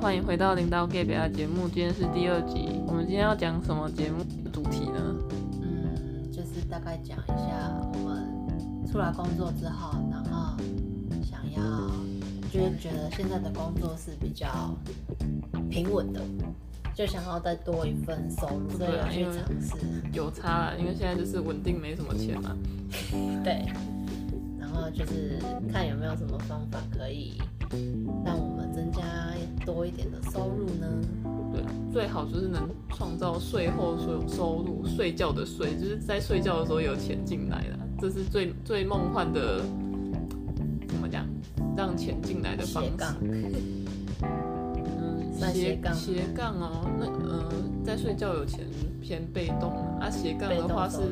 欢迎回到《领导给北亚》节目，今天是第二集。我们今天要讲什么节目主题呢？嗯，就是大概讲一下我们出来工作之后，然后想要就是觉得现在的工作是比较平稳的，就想要再多一份收入，所啊以要去尝试。有差啦，因为现在就是稳定没什么钱嘛。对，然后就是看有没有什么方法可以让我们增加多一点的收入呢？对，最好就是能创造税后收收入，睡觉的睡，就是在睡觉的时候有钱进来啦，这是最最梦幻的，怎么讲，让钱进来的方斜式杠。，嗯算斜杠斜杠哦，那呃，在睡觉有钱偏被动啊，啊斜杠被的动话是收入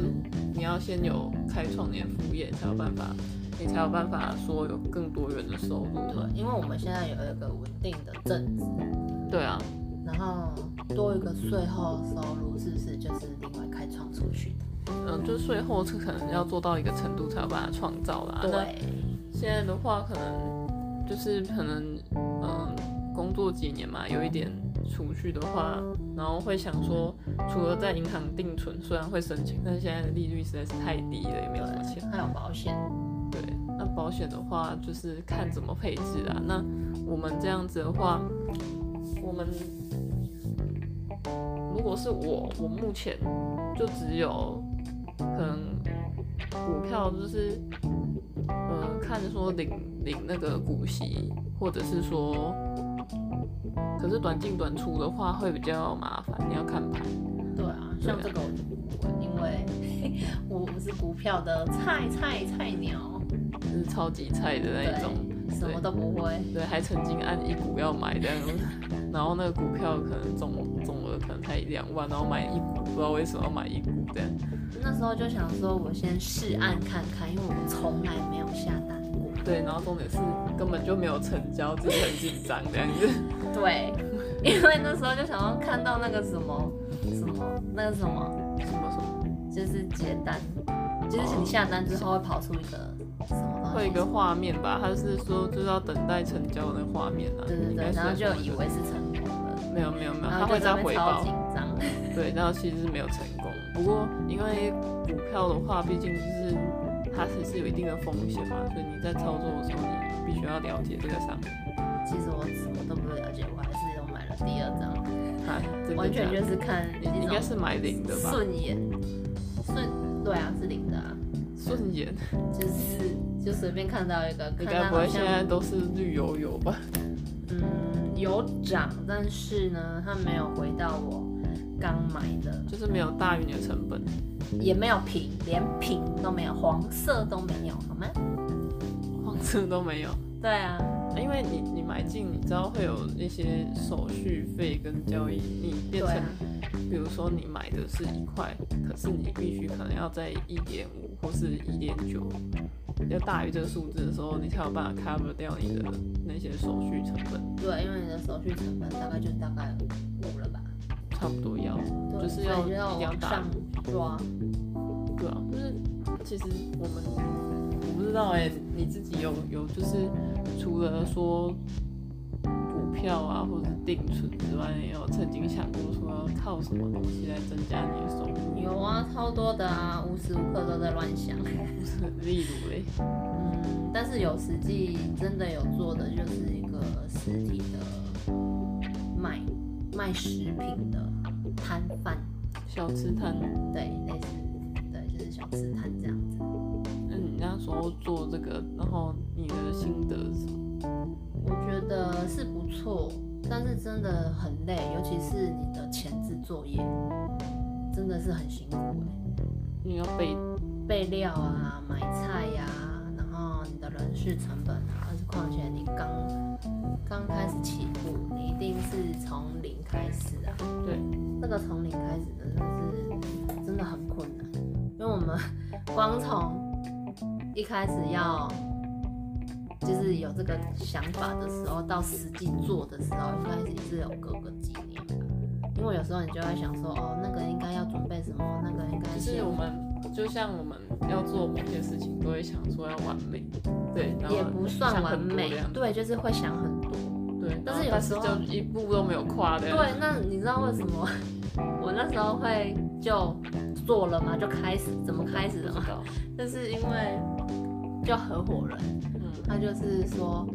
你要先有开创你的副业，才有办法，你才有办法说有更多元的收入。对，因为我们现在有一个稳定的正职，对啊，然后多一个税后收入，是不是就是另外开创出去的？嗯、就是税后这可能要做到一个程度才有办法创造啦。那对，现在的话，可能就是可能，嗯，工作几年嘛，有一点储蓄的话，然后会想说，除了在银行定存，虽然会申请，但是现在的利率实在是太低了，也没有什么钱。还有保险，对，那保险的话就是看怎么配置啊。那我们这样子的话，我们如果是我，我目前就只有可能股票就是，呃，看说领领那个股息，或者是说，可是短进短出的话会比较麻烦，你要看盘。对啊，像这个我就不会，因为我不是股票的菜菜菜鸟，就是超级菜的那一种，对，什么都不会，对，还曾经按一股要买这样子， 然后那个股票可能总总额可能才两万，然后买一股，不知道为什么要买一股这样。那时候就想说我先试案看看，因为我从来没有下单过，对，然后重点是根本就没有成交，自己很紧张这样子。对， 因为那时候就想要看到那个什么什么那个什么，什么什么，就是结单，就是你下单之后会跑出一个什么东会西有一。个画面吧？他是说就是要等待成交的画面啊。对对应该对，是然后就这样以子为是成功了，没有没有没有，然他后会就在再那回边超报紧。张。对，然后其实是没有成功。不过因为股票的话，毕竟就是它其实有一定的风险嘛，所以你在操作的时候，你必须要了解这个商品。其实我什么都不了解，我还是又买了第二张，啊，真的完假全的？就是看你你应该是买零的吧？顺眼，顺对啊是零的啊，顺 眼，就是就随便看到一个，你看该它不好会现在像都是绿油油吧？ 嗯有涨，但是呢它没有回到我刚买的，就是没有大于你的成本。也没有平，连平都没有，黄色都没有，好吗？哦 黄色都没有，对啊，因为你你买进，你知道会有那些手续费跟交易，你对变成啊，，比如说你买的是一块，可是你必须可能要在一点五或是一点九，要大于这个数字的时候，你才有办法 cover 掉你的那些手续成本，对，因为你的手续成本大概就大概五了吧。差不多要对就是所以要就一定要往打上抓，对啊，就是其实我们我不知道哎、你自己有有就是除了说股票啊或者是定存之外，你有曾经想过说要靠什么东西来增加你的收入？ 有啊，超多的啊，无时无刻都在乱想。就是例如嘞，嗯，但是有实际真的有做的，就是一个实体的卖卖食品的摊贩，小吃摊，对，类似，对，就是小吃摊这样子。那嗯你那时候做这个，然后你的心得是什么？我觉得是不错，但是真的很累，尤其是你的前置作业，真的是很辛苦哎、你要被备料啊、买菜呀、然后你的人事成本啊，而且况且你刚刚开始起步，你一定是从零开始啊。对，那个从零开始真的是真的很困难，因为我们光从一开始要就是有这个想法的时候，到实际做的时候，应该也是有隔个几年吧。因为有时候你就会想说，哦，那个应该要准备什么，那个应该就是先我们就像我们要做某些事情，都会想说要完美，对，然后也不算想完很多美这样，对，就是会想很多。对，对，但是然后有时候哦就一步都没有跨的。对，那你知道为什么我那时候会就做了吗？就开始怎么开始的不吗知？道，就是因为就合伙人，嗯，他就是说，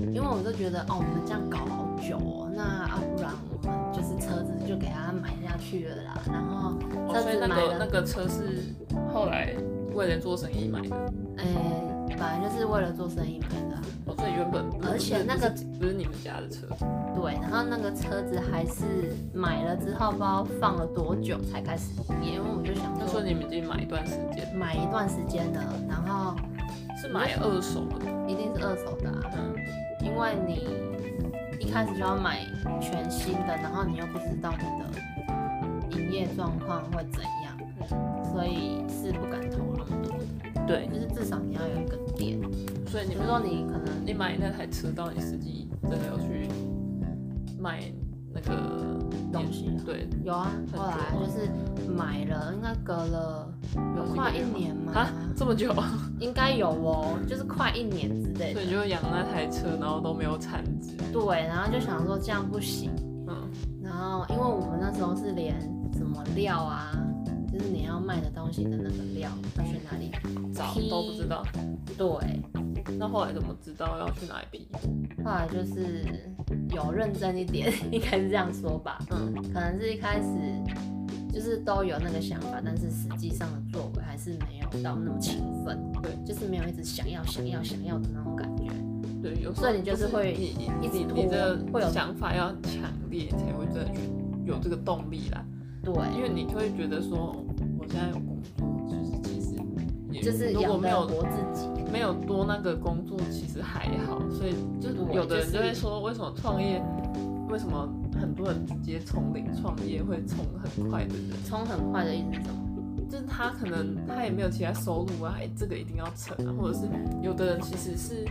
因为我就觉得哦，我们这样搞好久哦，那啊不然我们就是车子就给他买下去了啦，然后哦车所以子那买个了那，个车是后来为了做生意买的，哎、本来就是为了做生意买的啊、哦，所以原本不是而且那个不是不是你们家的车，对，然后那个车子还是买了之后，不知道放了多久才开始营业，因为我就想他说说你们已经买一段时间，买一段时间了，然后是买二手的，一定是二手的、啊，嗯，因为你一开始就要买全新的，然后你又不知道你的营业状况会怎样，所以是不敢投那么多的，对，就是至少你要有一个点，所以比你如们说你可能你买那台车到你实际真的有去卖那个东西啊对，有啊，很后来多就是买了，应该隔了有快一年嘛。啊，这么 久，应该有哦，就是快一年之类所以你的。就养那台车，然后都没有产值，对，然后就想说这样不行，嗯，然后因为我们那时候是连什么料啊，就是你要卖的东西的那个料要去哪里，早批都不知道，对，那后来怎么知道要去哪里批？后来就是有认真一点， 应该是这样说吧，嗯，可能是一开始就是都有那个想法，但是实际上的作为还是没有到那么勤奋，对，就是没有一直想要想要想要的那种感觉，对，有时候所以你就是会你一直你拖你的会有想法要强烈，你才会真的去有这个动力啦，对，因为你就会觉得说，我现在有工作，其实其实也就是如果养没得有活自己。没有多那个工作其实还好，所以就有的人就会说，为什么创业，为什么很多人直接从零创业会冲很快的人，冲很快的意思是什么？就是他可能他也没有其他收入啊，哎这个一定要成啊，或者是有的人其实是，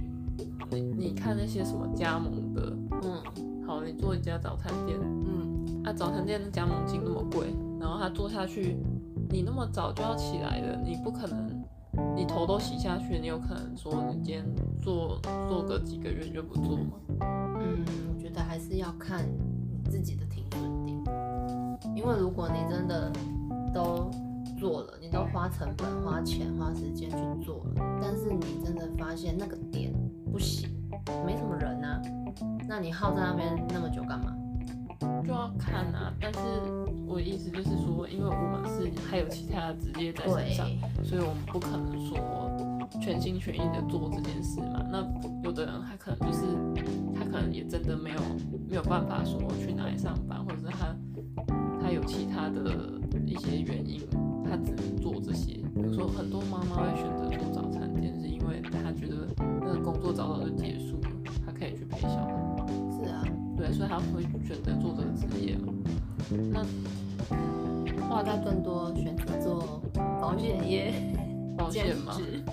你你看那些什么加盟的，嗯好，你做一家早餐店，嗯，啊早餐店的加盟金那么贵，然后他做下去，你那么早就要起来了，你不可能。你头都洗下去，你有可能说你今天做做个几个月你就不做吗？嗯，我觉得还是要看你自己的停损点，因为如果你真的都做了，你都花成本、花钱、花时间去做了，但是你真的发现那个点不行，没什么人啊，那你耗在那边那么久干嘛？就要看啊。但是我的意思就是说，因为我们是还有其他的职业在身上，对，所以我们不可能说全心全意的做这件事嘛。那有的人他可能就是他可能也真的没有没有办法说去哪里上班，或者是他他有其他的一些原因，他只能做这些。比如说很多妈妈会选择做早餐店，是因为她觉得那个工作早早就结束了，她可以去陪小孩。是啊，对，所以他会选择做这个职业嘛。大概更多选择做保险业，保险嘛，兼职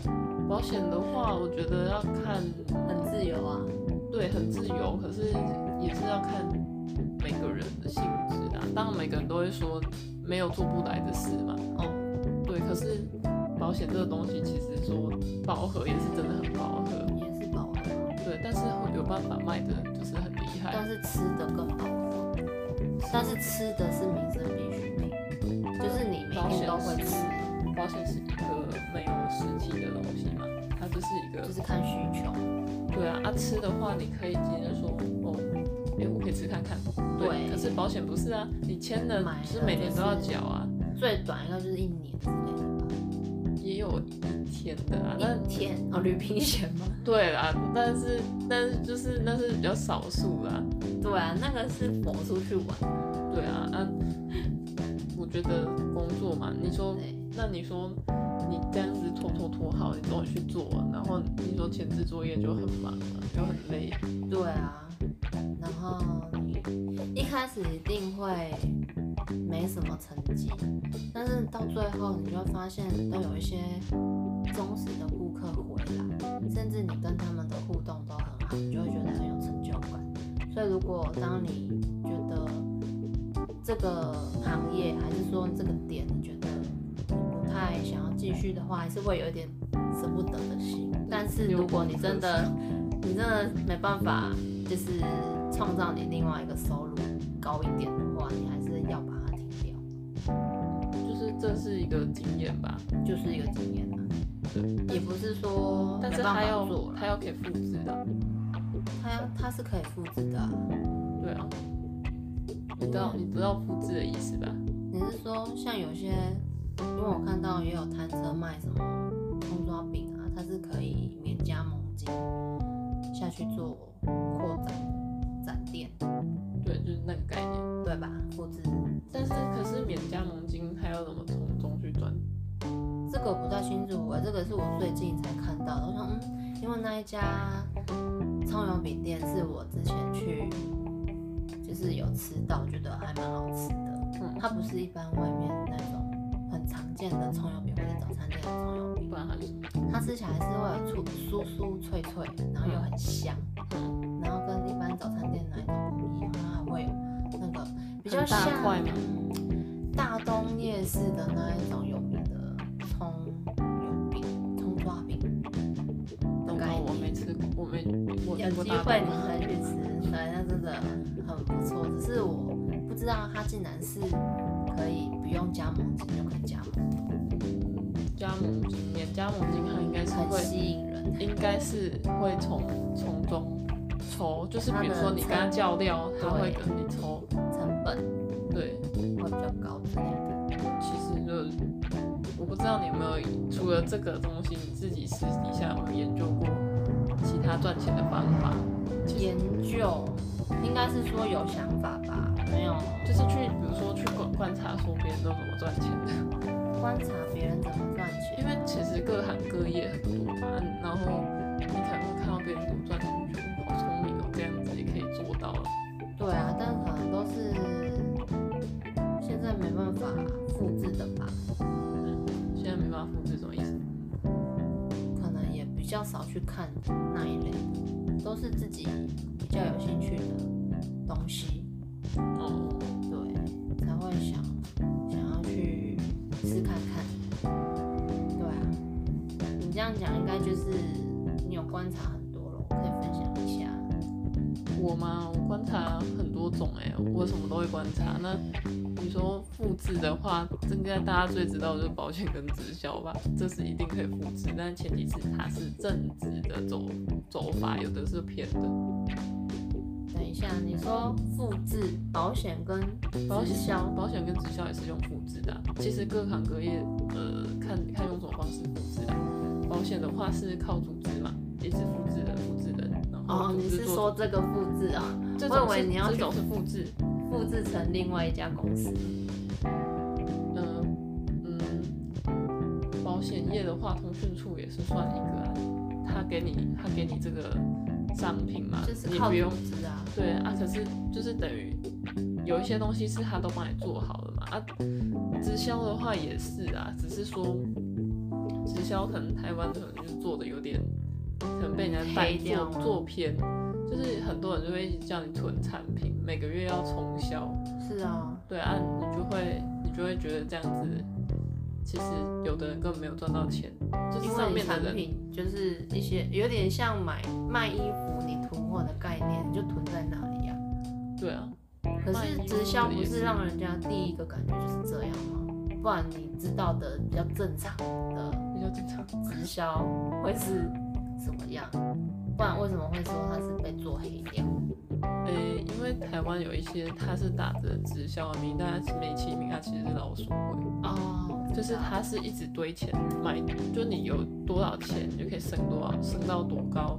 保险的话，我觉得要看，很自由啊，对，很自由，可是也是要看每个人的性质啊。当然，每个人都会说没有做不来的事嘛。哦，对，可是保险这个东西，其实说饱和也是真的很饱和。也是饱和啊，对，但是有办法卖的人就是很厉害但。是吃的更饱和，但是吃的是民生必需品，就是你每天都会吃，保险是一个没有实体的东西嘛，它就是一个就是看需求。对啊，啊吃的话，你可以今天说哦，哎、我可以吃看看。对可是保险不是啊，你签了买了是每年都要缴啊，最短应该就是一年之类的也有一天的啊。吧那，一天哦，旅行险吗？对啦，但是但是就是那是比较少数啦。对啊，那个是我出去玩，对啊，啊，我觉得工作嘛，你说对，那你说你这样子拖拖拖好，你终于去做了，然后你说前置作业就很忙嘛，又很累，对啊，然后你一开始一定会没什么成绩，但是到最后你就会发现都有一些忠实的顾客回来，甚至你跟他们的互动都很好，你就会觉得很有成就感。所以如果当你觉得这个行业还是说这个点你觉得你不太想要继续的话，还是会有一点舍不得的心。但是如果你真的你真的没办法，就是创造你另外一个收入高一点的话，你还是要把它停掉，就是这是一个经验吧，就是一个经验啊。也不是说但哦没是办它法要做它了，要可以复制的，它它是可以复制的啊、对啊，你知道你知道复制的意思吧？你是说像有些，因为我看到也有摊车卖什么红抓饼啊，它是可以免加盟金下去做扩展展店，对，就是那个概念。对吧？复制但是可是免加盟金它要怎么从中去赚？这个不太清楚，我这个是我最近才看到的。我想，嗯，因为那一家葱油饼店是我之前去，就是有吃到，觉得还蛮好吃的。嗯，它不是一般外面那种很常见的葱油饼或者早餐店的葱油饼不，然它就是它吃起来是会有醋酥酥脆脆，然后又很香，嗯然后跟一般早餐店那一种不一样，它还会有那个比较很大像块吗嗯大东夜市的那一种有名的葱油饼、葱抓饼的那个概我念。没吃过，我没我有我机大会概你再去吃，对，那真的很不错。只是我不知道它竟然是可以不用加盟金就可以加盟，加盟金，免加盟金它应该是很会吸引人。应该是会从从中抽，就是比如说你它的跟他叫料，对他会跟你抽，成本对，会比较高之类的。其实就我不知道你有没有除了这个东西，你自己私底下有没有研究过其他赚钱的方法，研究，应该是说有想法吧，没有就是去比如说去观观察说别人都怎么赚钱的，观察别人怎么赚因钱。为其实各行各业很多嘛，然后你可能会看到别人怎么赚钱，你觉得好聪明哦，这样子也可以做到了，对啊，但可能都是现在没办法复制的吧，现在没办法复制什么意思？可能也比较少去看那一类，都是自己比较有兴趣的东西，哦，对，才会想想要去试看看。对啊，你这样讲应该就是你有观察很多了，我可以分享一下。我吗？我观察很多种哎、我什么都会观察。那你说复制的话，应该大家最知道的就是保险跟直销吧，这是一定可以复制，但前提是它是正直的走走法，有的是偏的。等一下，你说复制保险跟保直险销，保险跟直销也是用复制的啊、其实各行各业呃看看用什么方式复制啊。保险的话是靠组织嘛，一直复制人复制人，然后哦，组你织是做说这个复制哦，这种我以是为你要这种是复制，复制成另外一家公司，嗯，嗯，保险业的话，通讯处也是算一个、啊，他给你他给你这个商品嘛，就是你靠不用组织啊。对啊，可是就是等于有一些东西是他都帮你做好了嘛啊，直销的话也是啊，只是说直销可能台湾可能就做的有点，可能被人家带黑掉做吗做偏，就是很多人就会一直叫你囤产品，每个月要冲销。是啊，对啊，你就会你就会觉得这样子，其实有的人根本没有赚到钱，就是因上为面的产人，品就是一些有点像买卖衣服你囤货的概念，你就囤在那里啊。对啊，可卖衣是服直销不也是是让人家第一个感觉就是这样吗？不然你知道的比较正常的比较正常。直销会是什么样？不然为什么会说它是被做黑掉？诶、因为台湾有一些他是打着直销的名，但他美其名他其实是老鼠会，哦，就是他是一直堆钱买，就你有多少钱，你就可以升多少，升到多高，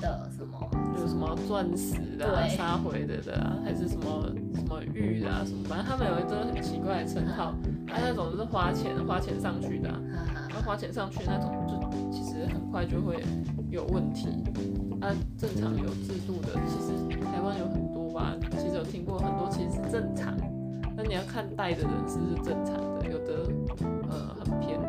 的什么？有什么钻石的、啊、对沙回的的、啊，还是什么什么玉的、啊，什么，反正他们有一个很奇怪的称号，啊，那种就是花钱花钱上去的啊、哈哈那花钱上去那种，就其实很快就会有问题。啊，正常有制度的，其实台湾有很多吧，其实有听过很多，其实是正常。那你要看带的人是不是正常的，有的呃很偏，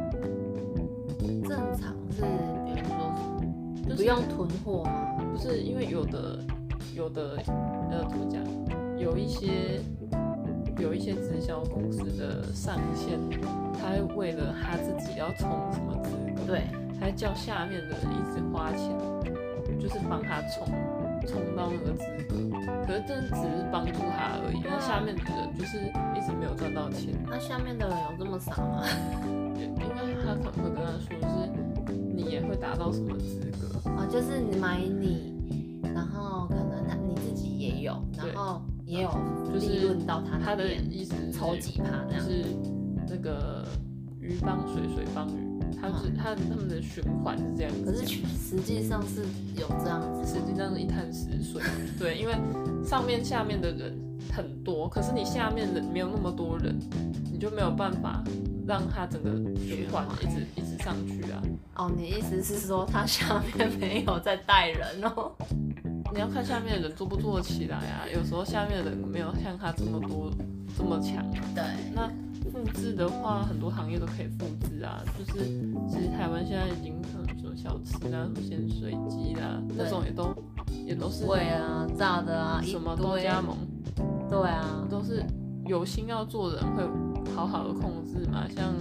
正常是比如说就是、不用囤货啊吗？不是因为有的有的呃怎么讲，有一些有一些直销公司的上线，他会为了他自己要冲什么资格，对，还叫下面的人一直花钱，就是帮他冲冲到那个资格，可是真的只是帮助他而已，对啊那下面的人就是一直没有赚到钱，那下面的人有这么傻吗？因为他可能会跟他说就是你也会达到什么资格，哦，就是你买你，然后可能他你自己也有，然对后也有就是利润到他那他的边意思是抽几趴就这样。是那个鱼帮水，水帮鱼，他是他他们的循环是这样子。可是实际上是有这样子，实际上是一滩死水。对，因为上面下面的人很多，可是你下面人没有那么多人，你就没有办法让它整个循环一直一直上去啊。哦，你的意思是说他下面没有在带 人哦？你要看下面的人做不做得起来啊，有时候下面的人没有像他这么多这么强啊。对，那复制的话，很多行业都可以复制啊。就是其实台湾现在已经可能什么小吃啊、什么咸水鸡啦，那种也都也都是对啊，炸的啊，一什么都堆加盟，对啊，都是有心要做的人会好好的控制嘛。像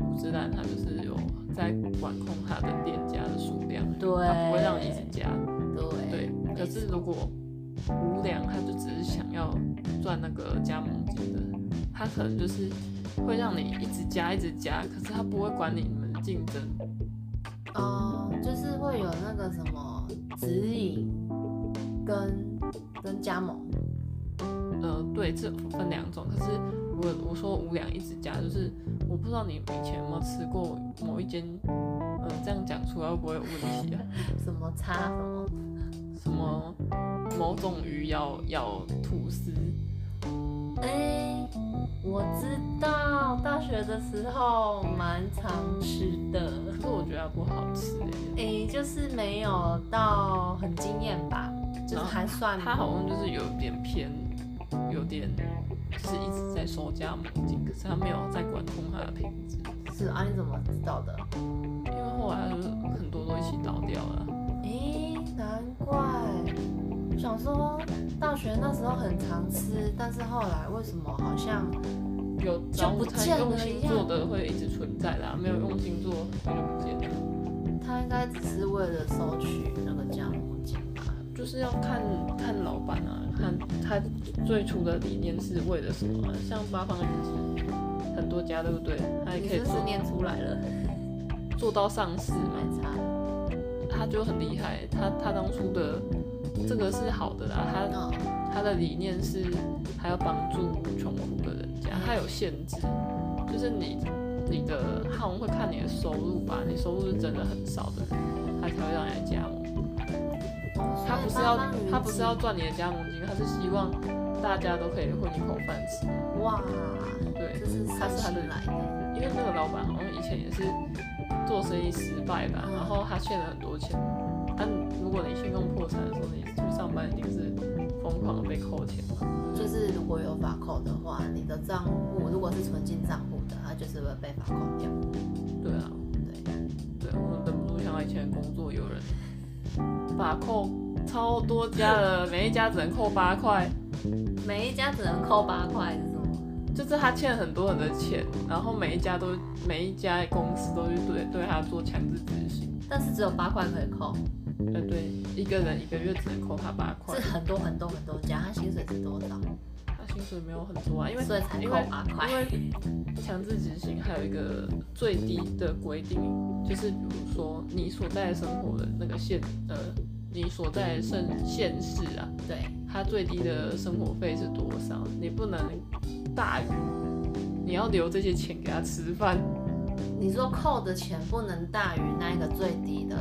吴志兰，他就是有在管控他的店家的数量，对他不会让你一直加。对，对，可是如果无良，他就只是想要赚那个加盟金的，他可能就是会让你一直加一直加，可是他不会管你们的竞争。哦、就是会有那个什么指引跟跟加盟，呃，对，这分两种。可是我我说无良一直加，就是我不知道你以前有没有吃过某一间，呃，这样讲出来会不会有问题啊？ 什么差什么，什么某种鱼咬咬吐司，哎、我知道，大学的时候蛮常吃的，可是我觉得它不好吃、欸，哎、就是没有到很惊艳吧，就是还算它哦好像就是有点偏，有点就是一直在收加盟金，可是他没有在管控它的品质，是啊，你怎么知道的？因为后来它就是很多都一起倒掉了。诶，哎难怪，我想说大学那时候很常吃，但是后来为什么好像有就早不午见餐了用心一样做的会一直存在啦，没有用心做它就不见了。他应该只是为了收取那个加盟金吧？就是要看看老板啊，看他最初的理念是为了什么啊、像八方云集很多家，对不对？他也你哎可以是不是做念出来了？做到上市嘛。没差。他就很厉害，他他当初的这个是好的啦，他嗯，他的理念是还要帮助穷苦的人家，他有限制，就是你你的他好像会看你的收入吧，你收入是真的很少的，他才会让你来加盟。嗯他不是要他不是要赚你的加盟金，他是希望大家都可以混一口饭吃。哇，对这，是他上是他市的来的，因为那个老板好像以前也是做生意失败吧，嗯然后他欠了很多钱。但如果你信用破产的时候，你去上班一定是疯狂的被扣钱嘛。就是如果有法扣的话，你的账户如果是存进账户的，它就是会被法扣掉。对啊，对，对，我忍不住想到以前工作有人把扣超多家了，每一家只能扣八块，每一家只能扣八块，是什么？就是他欠很多人的钱，然后每一家都每一家公司都去对对他做强制执行。但是只有八块可以扣，呃，对，一个人一个月只能扣他八块是，很多很多很多家，他薪水是多少？他薪水没有很多啊，因为所以才因扣为八块因。为强制执行还有一个最低的规定，就是比如说你所在生活的那个县，呃，你所在的县县市啊，对，它最低的生活费是多少？你不能大于，你要留这些钱给他吃饭，你说扣的钱不能大于那个最低的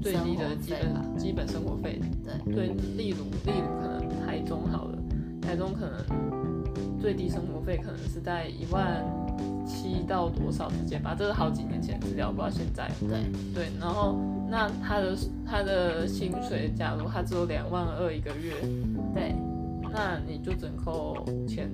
最低的基生活费吧？本基本生活费。对，对，例如例如可能台中好了，台中可能最低生活费可能是在一万七到多少之间吧，这是好几年前的资料，不知道现在。对，对，然后那他的他的薪水，假如他只有两万二一个月，嗯对，那你就只能扣钱，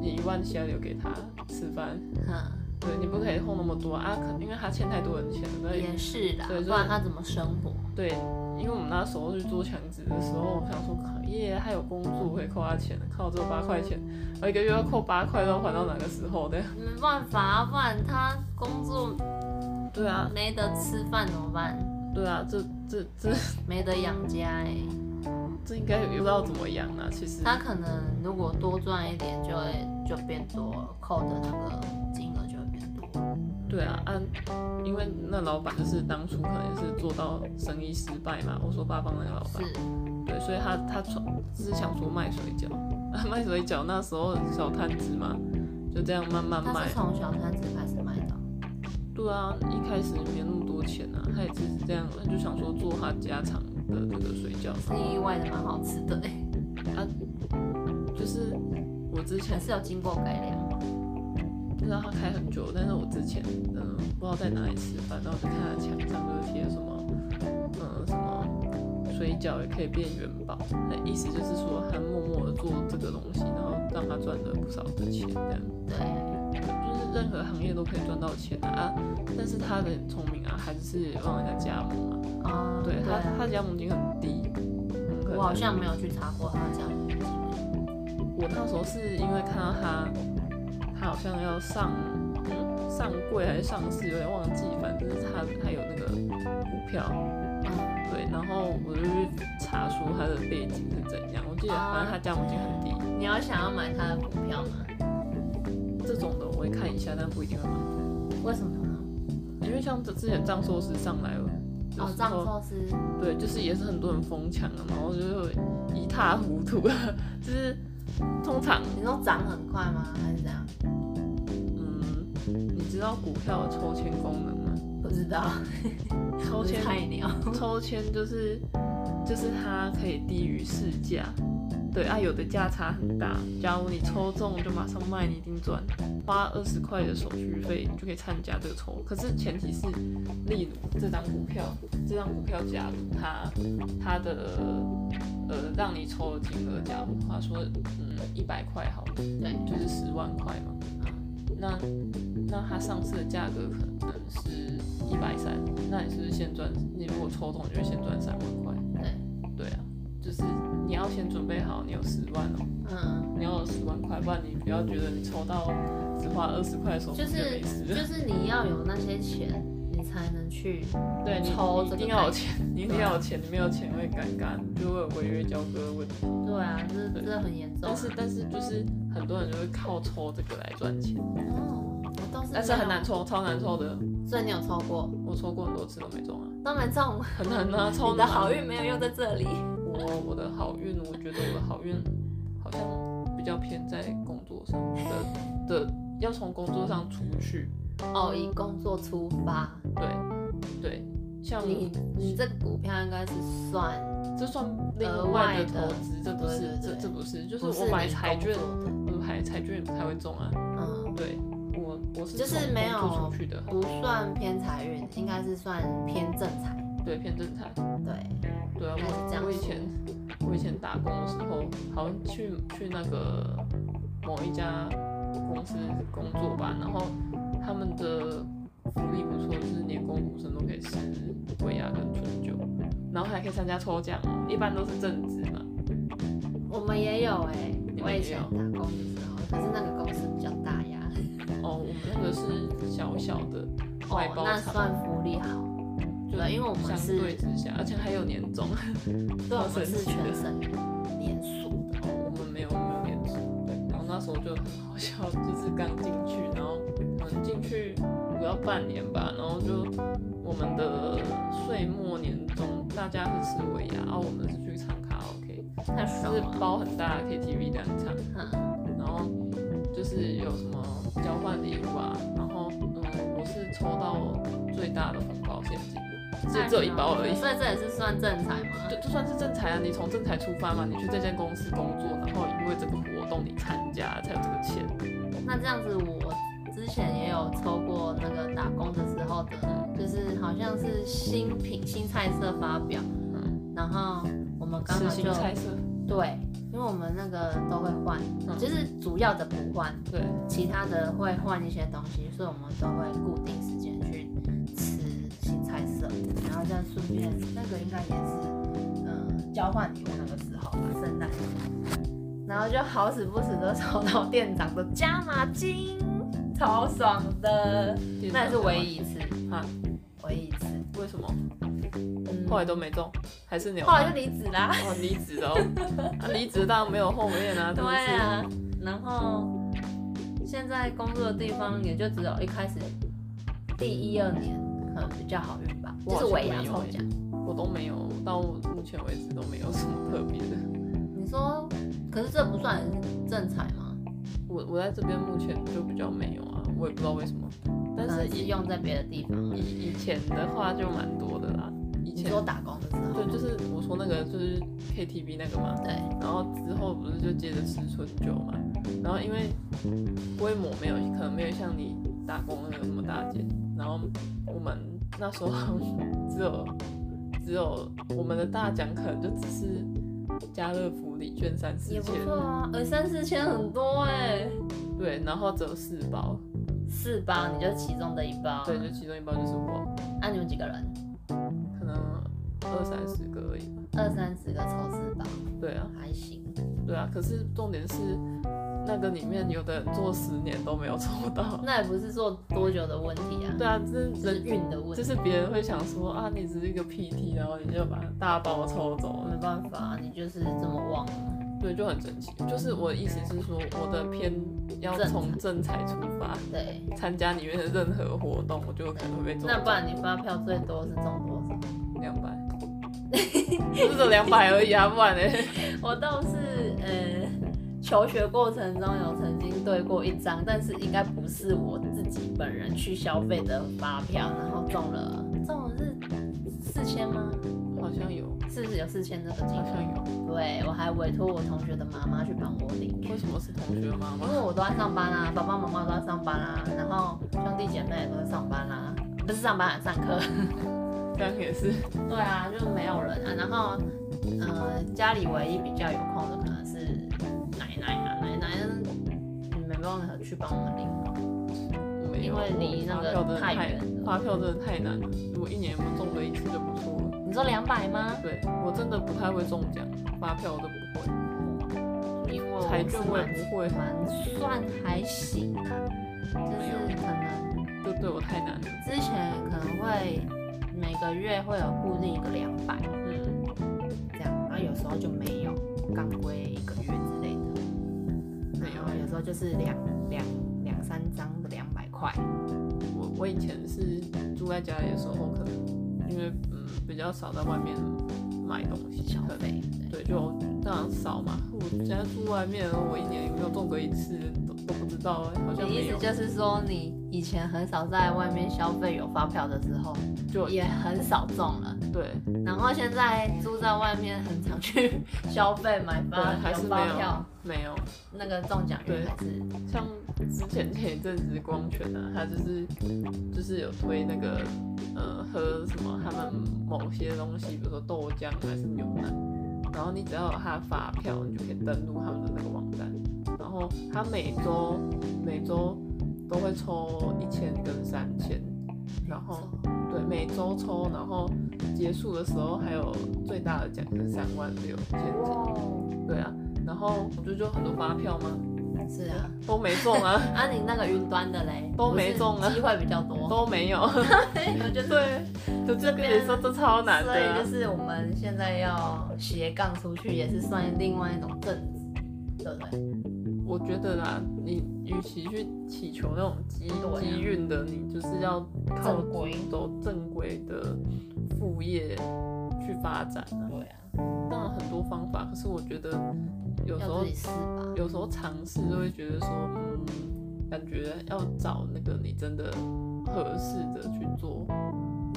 你一万七要留给他吃饭，哼，对你不可以扣那么多啊，可因为他欠太多人钱了，所以也是啦，对就是不然他怎么生活？对，因为我们那时候去做强子的时候，我想说，靠耶，他有工作可以扣他钱，靠只有八块钱，我一个月要扣八块，要还到哪个时候的？没办法啊，不然他工作对啊，没得吃饭怎么办？对啊，这这这没得养家哎、这应该也不知道怎么养啊。其实他可能如果多赚一点，就会就变多了，扣的那个金额就会变多。对啊，啊，因为那老板就是当初可能也是做到生意失败嘛，我说八方那个老板，是，对，所以他他从只是想说卖水饺， 卖水饺那时候小摊子嘛，就这样慢慢他卖是。从小摊子开始卖的。对啊，一开始没那么多钱啊，他也只是这样，他就想说做他家常的这个水饺，啊是意外的蛮好吃的、欸， 就是我之还前是有经过改良。不知道他开很久，但是我之前嗯、呃不知道在哪里吃饭，然后我就看他墙上就是贴什么嗯、呃什么水饺也可以变元宝，那意思就是说他默默的做这个东西，然后让他赚了不少的钱，这样对，就是任何行业都可以赚到钱啊啊，但是他的聪明啊，还是让人家加盟啊，啊、对他啊他加盟金很低，嗯，可能我好像没有去查过他这样的东西。我那时候是因为看到他，他好像要上上柜还是上市，有点忘记，反正就是他他有那个股票，嗯对，然后我就去查出他的背景是怎样。我记得啊反正他加盟金很低，你要想要买他的股票吗？这种的我会看一下，但不一定会买。为什么呢？因为像这之前藏寿司上来了，有哦，时藏候、寿司，对，就是也是很多人疯抢啊，然后就是一塌糊涂，啊就是通常你说涨很快吗？还是怎样？嗯，你知道股票的抽签功能吗？不知道，抽 签菜 鸟。抽签就是就是它可以低于市价，对啊，有的价差很大。假如你抽中就马上卖，你一定赚，花二十块的手续费你就可以参加这个抽。可是前提是，例如这张股票，这张股票假如它它的呃让你抽的金额，假如他说嗯一百块好了，对，就是十万块嘛，那那它上市的价格可能是一百三，那你是不是先赚？你如果抽中，你就先赚三万块。对，对啊，就是你要先准备好，你有十万哦，嗯，你要有十万块，不然你不要觉得你抽到只花二十块的时候就是没事了。就是你要有那些钱，你才能去。对你抽你这一个定要有钱，你一定要有钱，你没有钱会尴尬，就会有违约交割的问题。对啊，这对这很严重啊。但是但是就是很多人就会靠抽这个来赚钱，哦，我倒是但是没有很难，抽，超难抽的。所以你有抽过，我抽过很多次都没中啊，都没中。很难啊，抽嗯你的难好运没有用在这里。我我的好运，我觉得我的好运好像比较偏在工作上的的，要从工作上出去。哦，以工作出发，对对，像你你这个股票应该是算这算另的投资，这不是对对对这这不是，就是不是我买你彩工券，作的我买彩券也不太会中啊。嗯，对我我是就是从没工作有出去的，不算偏财运，应该是算偏正财。对偏正财。对，对啊，应该是我这样我以说前我以前打工的时候，好像去去那个某一家公司工作吧，然后他们的福利不错，就是年功补身都可以吃尾牙跟春酒，然后还可以参加抽奖哦，一般都是正职嘛。我们也有哎、你我们也有以前打工的时候，可是那个公司比较大呀，哦，我们那个是小小的外哦，包那厂，算福利好。就对因为我们相是对之下，而且还有年终。对，我们神是奇的全省年数的。我们没有没有念书，对，然后那时候就很好笑，就是刚进去，然后可能进去不要半年吧，然后就我们的岁末年终大家是吃尾牙，然后我们是去唱卡拉 OK，太爽就是了。包很大的 KTV 这样唱，嗯，然后就是有什么交换礼物啊，然后嗯，我是抽到最大的红包现金，啊所以只有一包而已。所以这也是算正财吗？就就算是正财啊，你从正财出发嘛，你去这间公司工作，然后因为这个活动你参加才有这个钱。那这样子，我之前也有抽过那个打工的时候的，就是好像是新品新菜色发表，嗯，然后我们刚好吃就新菜色，对，因为我们那个都会换，嗯就是主要的不换，对，其他的会换一些东西，所以我们都会固定时间去吃新菜色，然后再顺便那个应该也是嗯交换礼物那个时候吧，圣诞节，然后就好死不死的抽到店长的加码金，超爽的，那也是唯一一次，啊？唯一一次。嗯嗯为什么？后来都没中，还是你有后来买就离职 啦。哦离职了哦，啊离职当然没有后面啊，对是不嗯是？啊，然后现在工作的地方也就只有一开始第一二年可能比较好运吧，我就好是像尾牙没有抽欸奖。我都没有，到目前为止都没有什么特别的。你说，可是这不算正财吗？我我在这边目前就比较没有啊，我也不知道为什么，但可是能是以用在别的地方而已。以以前的话就蛮多的啦，以你前说打工的时候对，，就是我说那个就是 KTV 那个嘛，对，然后之后不是就接着吃春酒嘛，然后因为规模没有，可能没有像你打工那个那么大间，然后我们那时候 只有只有我们的大奖可能就只是家乐福礼券三四也不千，错啊，呃，三四千很多哎、对，然后只有四包，四包你就其中的一包，对，就其中一包就是我，那、你们几个人？可能二三十个而已吧，二三十个抽四包，对啊，还行。对啊，可是重点是那个里面有的人做十年都没有抽到，那也不是做多久的问题啊，对啊，这只是人运的问就题。是别人会想说啊，你只是一个 PT，然后你就把大包抽走没了，办法，啊你就是这么旺。啊对，就很神奇。就是我的意思是说，我的偏要从正财出发，对，参加里面的任何活动，我就有可能会被中那不然你发票最多是中多少？两百， 就是这两百而已啊，不然呢？ 我倒是呃，求学过程中有曾经对过一张，但是应该不是我自己本人去消费的发票，然后中了，中了是四千吗？好像有，是不是有四千这个金好额？像有。对，我还委托我同学的妈妈去帮我领。为什么是同学妈因妈？为我都在上班啊啦、爸爸妈妈都在上班啦、啊然后兄弟姐妹也都在上班啦、不是上班、啊，上课。这样也是，对啊，就是没有人啊。然后，呃，家里唯一比较有空的可能是奶奶啊，奶奶嗯没办法去帮我们领了。我没有因为离那个发票真的太太远了发票真的太难了。如果一年不中个一次就不错了。你说两百吗？对我真的不太会中奖，发票我都不会。因为我财是政我也蛮不会，蛮算还行啊，就是可能就对我太难了。之前可能会每个月会有固定一个两百嗯，这样，然后有时候就没有，刚归一个月之类的。没有然后有时候就是两两两三张的两百块，我我以前是住在家里的时候，可能因为嗯比较少在外面买东西，消可能费。对就当然少嘛。我现在住外面，我一年有没有中过一次都都不知道，好你像意没思有。就是说，你以前很少在外面消费有发票的时候，就也很少中了。对然后现在住在外面，很常去消费买对，发还是有没发有票，没有。那个中奖率对还是像之前前一阵子光泉啊，他就是就是有推那个呃喝什么他们某些东西，比如说豆浆还是牛奶，然后你只要有他的发票，你就可以登录他们的那个网站，然后他每周每周都会抽一千跟三千，然后对每周抽，然后结束的时候还有最大的奖是三万六千整，哇，对啊，然后不是就很多发票吗？是啊。都没中啊。啊，你那个云端的嘞，都没中啊不是机会比较 多。都没 有。我觉得对，就这跟你说这超难的所以啊、就是我们现在要斜杠出去，也是算另外一种正职，对不对？我觉得啦，你与其去祈求那种机对啊机运的，你就是要靠正规走正规的副业去发展啊。对啊，当然很多方法，可是我觉得有时要候自己试吧。有时候尝试就会觉得说，嗯，感觉要找那个你真的合适的去做，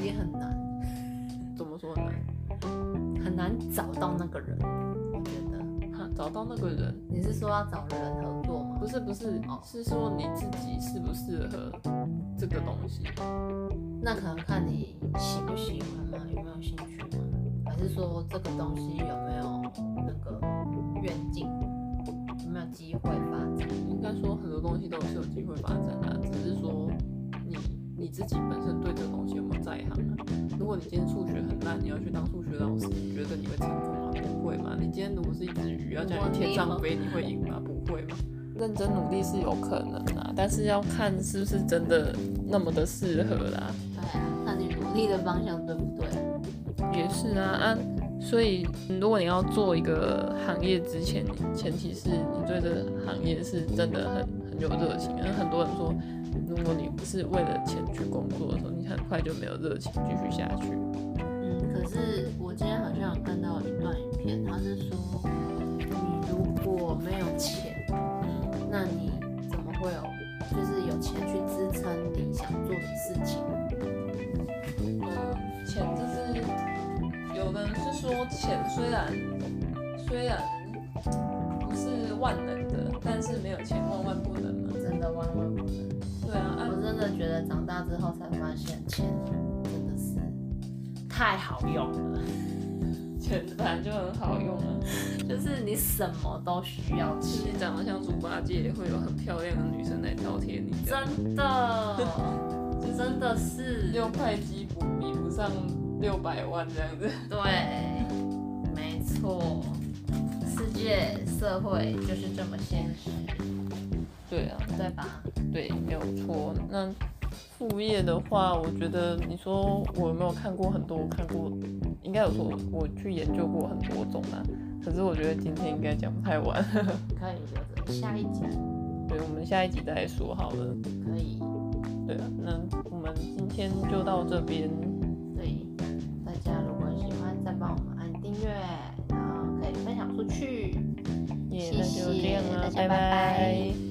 也很难，怎么说呢？很难找到那个人。我觉得哈找到那个人，你是说要找人合作吗不？是不是哦，是说你自己适不适合这个东西。那可能看你喜不喜欢嘛，有没有兴趣嘛，还是说这个东西有没有那个愿景，有没有机会发展？应该说很多东西都是有机会发展的、啊只是说你你自己本身对这个东西有没有在行啊。如果你今天数学很烂，你要去当数学老师，你觉得你会成功吗？不会嘛。你今天如果是一只鱼，要叫你天上飞，你会赢吗？不会嘛。认真努力是有可能啊，但是要看是不是真的那么的适合啦。对啊，那你努力的方向对不对？也是啊，啊，所以嗯如果你要做一个行业之前，你前提是你对这个行业是真的很很有热情。因为很多人说，如果你不是为了钱去工作的时候，你很快就没有热情继续下去。嗯，可是我今天好像有看到一段影片，他是说，你如果没有钱，嗯那你怎么会有，就是有钱去支撑你想做的事情？嗯，钱就是有的人是说钱虽然虽然不是万能的，但是没有钱万万不能嘛。真的万万不能。对啊，啊我真的觉得长大之后才发现，钱真的是太好用了，钱本来就很好用啊。就是你什么都需要其实钱，你长得像猪八戒，会有很漂亮的女生来倒贴你。真的，真的是六块肌不比不上六百万这样子。对，没错，世界社会就是这么现实，对啊，对吧？对，没有错。那副业的话，我觉得你说我有没有看过很多？我看过，应该有说我去研究过很多种啊。可是我觉得今天应该讲不太完，可以留着下一集， 对，我们下一集再说好了。可以，对啊，那我们今天就到这边，对，大家如果喜欢，再帮我们按订阅，然后可以分享出去。耶，谢那就这样谢啊，大家拜拜拜拜